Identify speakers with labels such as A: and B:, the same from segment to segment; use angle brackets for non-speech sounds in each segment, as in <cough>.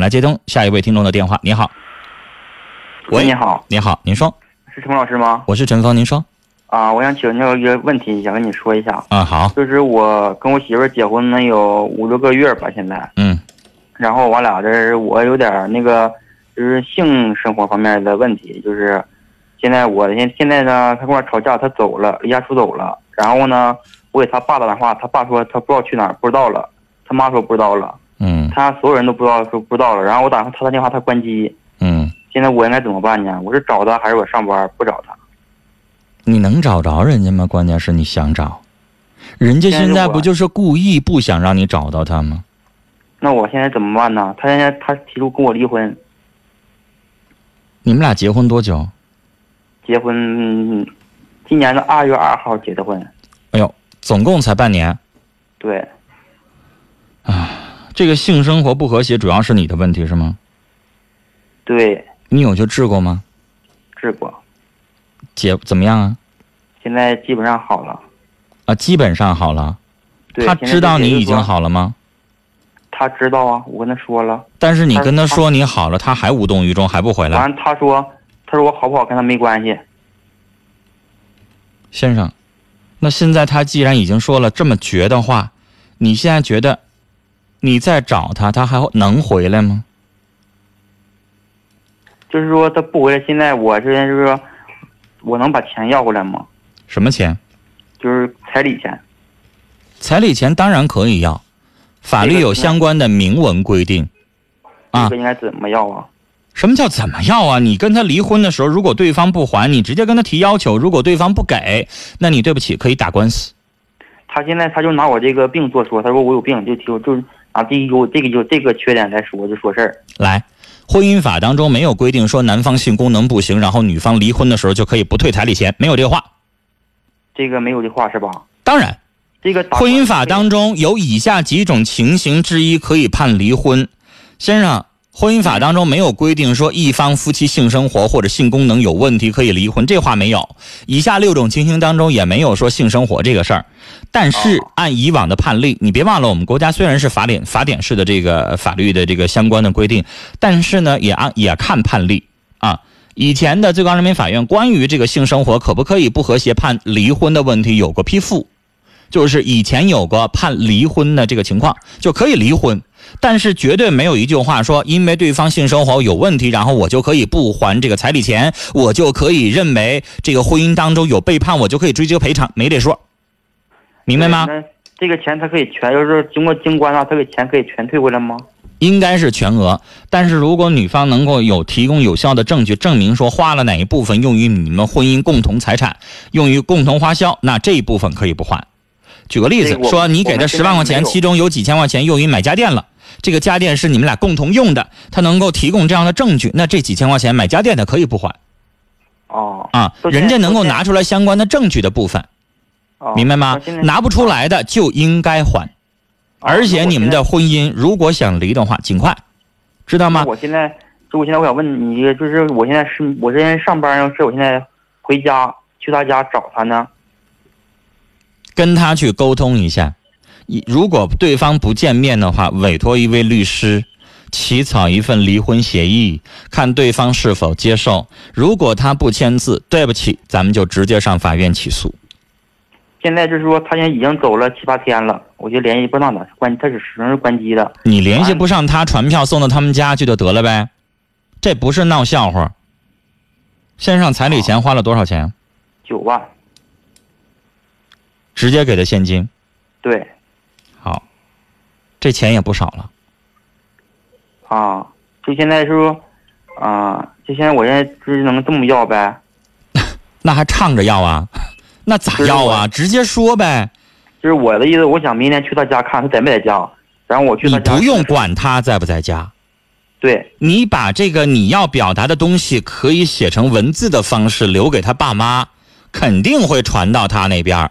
A: 来接通下一位听众的电话。你好，喂
B: 你好，
A: 你好，您说，
B: 是陈老师吗？
A: 我是陈峰，您说
B: 啊，我想请教一个问题，想跟你说一下，
A: 啊，好，
B: 就是我跟我媳妇儿结婚能有五六个月吧，现在，
A: 嗯
B: 然后我俩这儿我有点儿那个，就是性生活方面的问题，就是现在我现现在呢，她跟我吵架，她走了，离家出走了，然后呢，我给她爸打电话，她爸说她不知道去哪儿，不知道了，她妈说不知道了，
A: 嗯
B: 她所有人都不知道说不知道了，然后我打她的电话，她关机，
A: 嗯，
B: 现在我应该怎么办呢？我是找她还是我上班不找她？
A: 你能找着人家吗？关键是你想找，人家
B: 现在
A: 现在
B: 我
A: 不就是故意不想让你找到他吗？
B: 那我现在怎么办呢？他现在他提出跟我离婚，
A: 你们俩结婚多久？
B: 结婚，嗯今年的二月二号结的婚。
A: 哎呦，总共才半年。
B: 对，
A: 这个性生活不和谐主要是你的问题是吗？
B: 对，
A: 你有去治过吗？
B: 治过，
A: 解怎么样啊？
B: 现在基本上好了。
A: 啊，基本上好了。
B: 对，
A: 他
B: 现在
A: 知道
B: 就
A: 你
B: 是
A: 已经
B: 说，
A: 好了吗？
B: 他知道啊，我跟他说了，
A: 但是你
B: 他
A: 跟他
B: 他
A: 说你好了，他还无动于衷，还不回来。
B: 完了他说，他说我好不好跟他没关系。
A: 先生，那现在他既然已经说了这么绝的话，你现在觉得你再找他，他还能回来吗？
B: 就是说他不回来，现在我这人就是说，我能把钱要回来吗？
A: 什么钱？
B: 就是彩礼钱。
A: 彩礼钱当然可以要，法律有相关的明文规定。啊
B: 这个应该怎么要啊？
A: 什么叫怎么要啊？你跟他离婚的时候，如果对方不还，你直接跟他提要求；如果对方不给，那你对不起，可以打官司。
B: 他现在他就拿我这个病做说，他说我有病，就提出就是拿这个有这个有这个缺点来说，就说事儿。
A: 来，婚姻法当中没有规定说男方性功能不行，然后女方离婚的时候就可以不退彩礼钱，没有这话。
B: 这个没有的话是吧？
A: 当然，
B: 这个打
A: 婚姻法当中有以下几种情形之一可以判离婚。先生，婚姻法当中没有规定说一方夫妻性生活或者性功能有问题可以离婚，这话没有。以下六种情形当中也没有说性生活这个事儿。但是
B: 哦
A: 按以往的判例，你别忘了，我们国家虽然是法典法典式的这个法律的这个相关的规定，但是呢，也按也看判例啊。以前的最高人民法院关于这个性生活可不可以不和谐判离婚的问题有过批复，就是以前有过判离婚的这个情况，就可以离婚，但是绝对没有一句话说，因为对方性生活有问题，然后我就可以不还这个彩礼钱，我就可以认为这个婚姻当中有背叛，我就可以追究赔偿，没这说，明白吗？？
B: 那这个钱他可以全，就是经过经关啊，他给钱可以全退回来吗？
A: 应该是全额，但是如果女方能够有提供有效的证据证明说花了哪一部分用于你们婚姻共同财产，用于共同花销，那这一部分可以不还。举个例
B: 这
A: 子
B: 个，我
A: 说你给
B: 我
A: 他
B: 们
A: 十
B: 现在
A: 万块
B: 没
A: 钱，
B: 有
A: 其中有几千块钱用于买家电了，这个家电是你们俩共同用的，他能够提供这样的证据，那这几千块钱买家电的可以不还
B: 哦，
A: 啊，
B: 都
A: 人
B: 现
A: 家
B: 在
A: 能
B: 都
A: 够
B: 现在
A: 拿出来相关的证据的部分，
B: 哦
A: 明白吗
B: 那现在？
A: 拿不出来的就应该还，
B: 哦
A: 而且
B: 那我
A: 你们
B: 现在
A: 的婚姻如果想离的话，尽快，知道吗
B: 那？我现在就我现在我想问你，就是我现在是我现在上班呢，是我现在回家去他家找他呢？
A: 跟他去沟通一下。一如果对方不见面的话，委托一位律师起草一份离婚协议，看对方是否接受。如果他不签字，对不起，咱们就直接上法院起诉。
B: 现在就是说他现在已经走了七八天了，我就联系不上他，关他只始终是关机的。
A: 你联系不上他，传票送到他们家去就得了呗，这不是闹笑话。先生，彩礼钱花了多少钱？
B: 九万，
A: 直接给的现金。
B: 对
A: 好，这钱也不少了。
B: 啊，就现在是说啊，就现在我现在就是能这么要呗？
A: 那还唱着要啊？ <laughs> 那咋要啊？直接说呗。
B: 就是我的意思，我想明天去他家看他在没在家，啊然后我去
A: 你
B: 他家。
A: 不用管他在不在家，
B: 对，
A: 你把这个你要表达的东西可以写成文字的方式留给他爸妈，肯定会传到他那边儿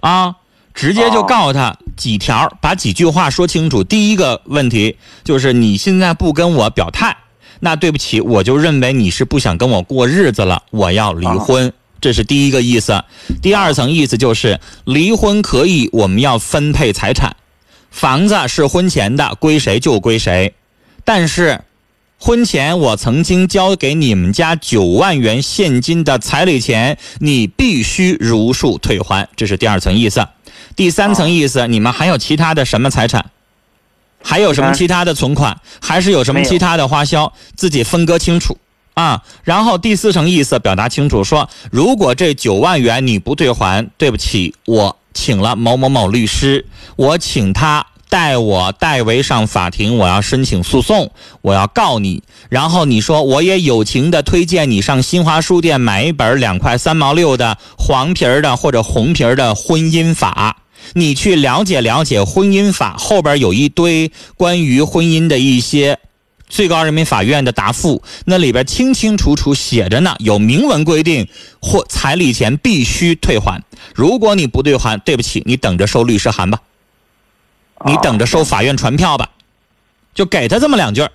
A: 啊，直接就
B: 哦
A: 告诉他几条儿，把几句话说清楚。第一个问题就是你现在不跟我表态，那对不起，我就认为你是不想跟我过日子了，我要离婚。这是第一个意思，第二层意思就是离婚可以，我们要分配财产，房子是婚前的，归谁就归谁。但是婚前我曾经交给你们家九万元现金的彩礼钱，你必须如数退还，这是第二层意思。第三层意思，你们还有其他的什么财产？还有什么
B: 嗯
A: 其他的存款？还是有什么
B: 没有
A: 其他的花销？自己分割清楚啊。然后第四层意思表达清楚说，如果这九万元你不退还，对不起，我请了某某某律师，我请他代我代为上法庭，我要申请诉讼，我要告你。然后你说我也友情的推荐你上新华书店买一本两块三毛六的黄皮儿的或者红皮儿的婚姻法。你去了解了解婚姻法后边有一堆关于婚姻的一些最高人民法院的答复，那里边清清楚楚写着呢，有明文规定，或彩礼钱必须退还。如果你不退还，对不起，你等着收律师函吧，
B: 啊
A: 你等着收法院传票吧，就给他这么两句儿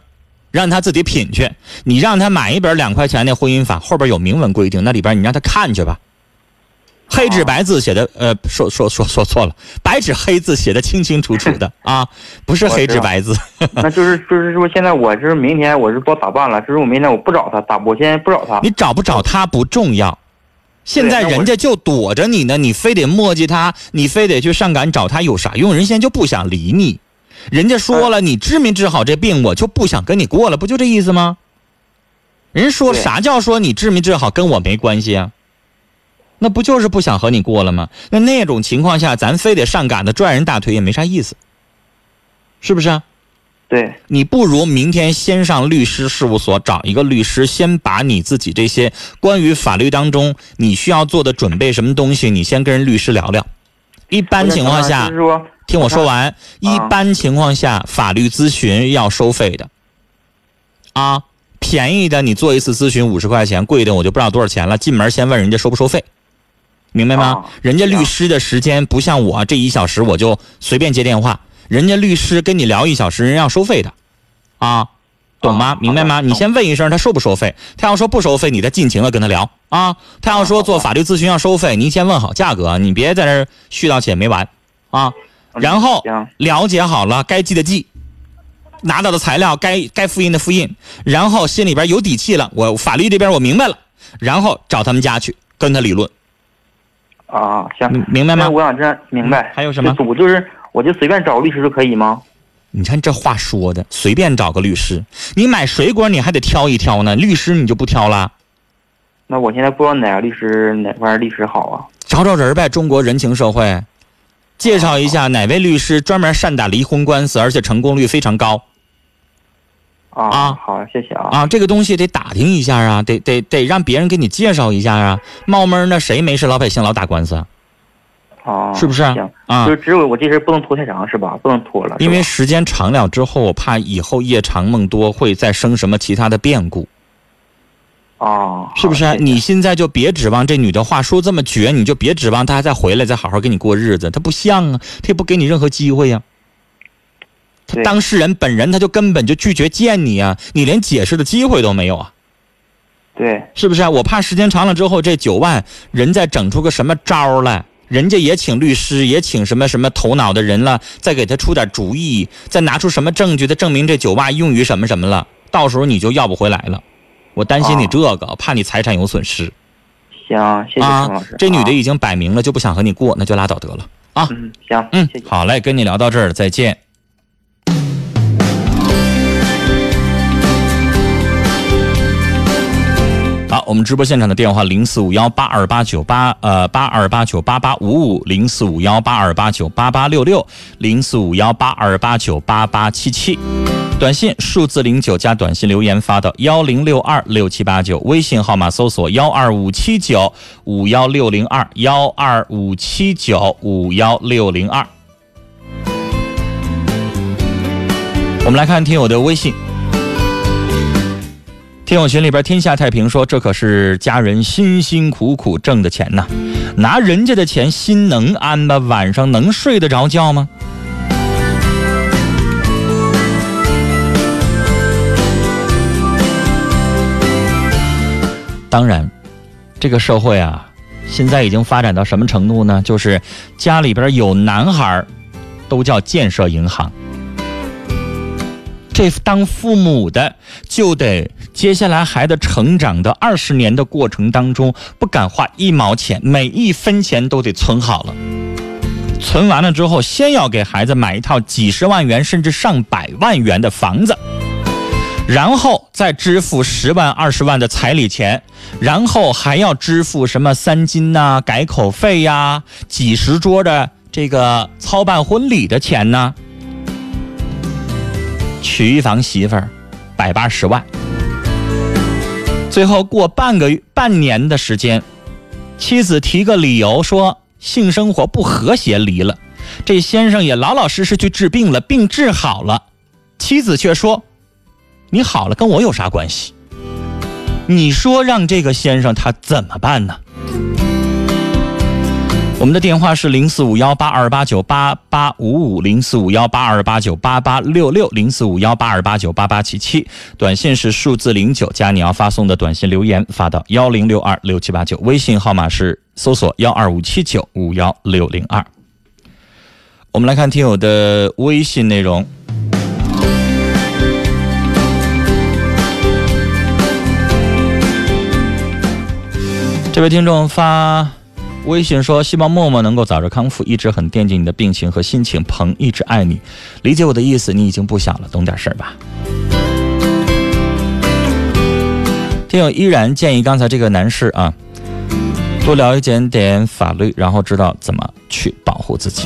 A: 让他自己品去。你让他买一本两块钱的婚姻法，后边有明文规定，那里边你让他看去吧。黑纸白字写的，呃，说说说说错了，白纸黑字写的清清楚楚
B: <laughs>
A: 的啊，不是
B: 我
A: 黑
B: 知
A: 纸
B: 道
A: 白字。
B: 那就是就是说，现在我是明天我是不知道咋办了，就是我明天我不找他，咋我现在不找他，
A: 你找不找他不重要，现在
B: 那我
A: 人家就躲着你呢，你非得磨叽他，你非得去上赶找他有啥用？人现在就不想理你，人家说
B: 哎
A: 了，你治没治好这病，我就不想跟你过了，不就这意思吗？人说
B: 对
A: 啥叫说你治没治好跟我没关系啊？那不就是不想和你过了吗？那那种情况下，咱非得上赶着拽人大腿也没啥意思，是不是啊？
B: 对
A: 你不如明天先上律师事务所找一个律师，先把你自己这些关于法律当中你需要做的准备什么东西，你先跟人律师聊聊。一般情况下
B: 就是，说
A: 听我
B: 啊
A: 说完，一般情况下法律咨询要收费的，啊，便宜的你做一次咨询五十块钱，贵的我就不知道多少钱了。进门先问人家收不收费，明白吗
B: 哦？
A: 人家律师的时间不像我这一小时我就随便接电话，人家律师跟你聊一小时，人家要收费的，啊，懂
B: 哦好
A: 吗？
B: 的
A: 明白吗？
B: 懂
A: 你先问一声他收不收费，他要说不收费，你再尽情的跟他聊啊。他要说
B: 哦
A: 做法律咨询要收费，您先问好价格，你别在那儿絮叨且没完啊。然后
B: 嗯行
A: 了解好了，该记的记，拿到的材料该该复印的复印，然后心里边有底气了，我法律这边我明白了，然后找他们家去跟他理论，
B: 啊行，
A: 明明白
B: 那
A: 吗？嗯
B: 我想这样明白。
A: 还有什么
B: 就我就是我就随便找律师就可以吗？
A: 你看这话说的，随便找个律师，你买水果你还得挑一挑呢，律师你就不挑啦。
B: 那我现在不知道哪个律师哪块律师好啊？
A: 找找人儿呗，中国人情社会，介绍一下哪位律师专门善打离婚官司，而且成功率非常高
B: 啊
A: 啊
B: 好，谢谢啊。
A: 啊！这个东西得打听一下啊，得得得让别人给你介绍一下啊。冒闷儿那谁没事老百姓老打官司啊？
B: 啊，
A: 是不是啊
B: 行，
A: 啊
B: 就是只有我这事儿不能拖太长是吧？不能拖了。是吧
A: 因为时间长了之后，我怕以后夜长梦多会再生什么其他的变故，
B: 啊，
A: 是不是啊？
B: 好谢谢
A: 你现在就别指望这女的话说这么绝，你就别指望她再回来再好好跟你过日子，她不像啊，她也不给你任何机会呀、她
B: 对
A: 当事人本人他就根本就拒绝见你啊，你连解释的机会都没有啊，
B: 对
A: 是不是啊？我怕时间长了之后，这九万人再整出个什么招儿来，人家也请律师，也请什么什么头脑的人了，再给他出点主意，再拿出什么证据，再证明这九万用于什么什么了，到时候你就要不回来了。我担心你这个，怕你财产有损失
B: 行，谢谢
A: 啊
B: 陈老师。。
A: 这女的
B: 啊
A: 已经摆明了就不想和你过，那就拉倒得了。
B: 嗯行，
A: 嗯
B: 谢谢，。
A: 好嘞，跟你聊到这儿，再见。好，我们直播现场的电话零四五幺八二八九八呃八二八九八八五五零四五幺八二八九八八六六零四五幺八二八九八八七七，短信数字零九加短信留言发到幺零六二六七八九，微信号码搜索幺二五七九五幺六零二幺二五七九五幺六零二。我们来看听友的微信。听友群里边，天下太平说：“这可是家人辛辛苦苦挣的钱呐，拿人家的钱心能安吗？晚上能睡得着觉吗？”当然，这个社会啊，现在已经发展到什么程度呢？就是家里边有男孩儿，都叫建设银行。这当父母的就得接下来孩子成长的二十年的过程当中，不敢花一毛钱，每一分钱都得存好了。存完了之后，先要给孩子买一套几十万元甚至上百万元的房子，然后再支付十万、二十万的彩礼钱，然后还要支付什么三金呐、改口费呀、几十桌的这个操办婚礼的钱呐、娶一房媳妇儿，百八十万。最后过半个月、半年的时间，妻子提个理由说性生活不和谐离了，这先生也老老实实去治病了，病治好了，妻子却说：“你好了，跟我有啥关系？”你说让这个先生他怎么办呢？我们的电话是零四五幺八二八九八八五五，零四五幺八二八九八八六六，零四五幺八二八九八八七七。短信是数字零九加你要发送的短信留言发到幺零六二六七八九，微信号码是搜索幺二五七九五幺六零二。我们来看听友的微信内容。这位听众发微信说：“希望默默能够早日康复，一直很惦记你的病情和心情，鹏一直爱你，理解我的意思，你已经不小了，懂点事儿吧。”听友依然建议刚才这个男士啊，多聊一点点法律，然后知道怎么去保护自己。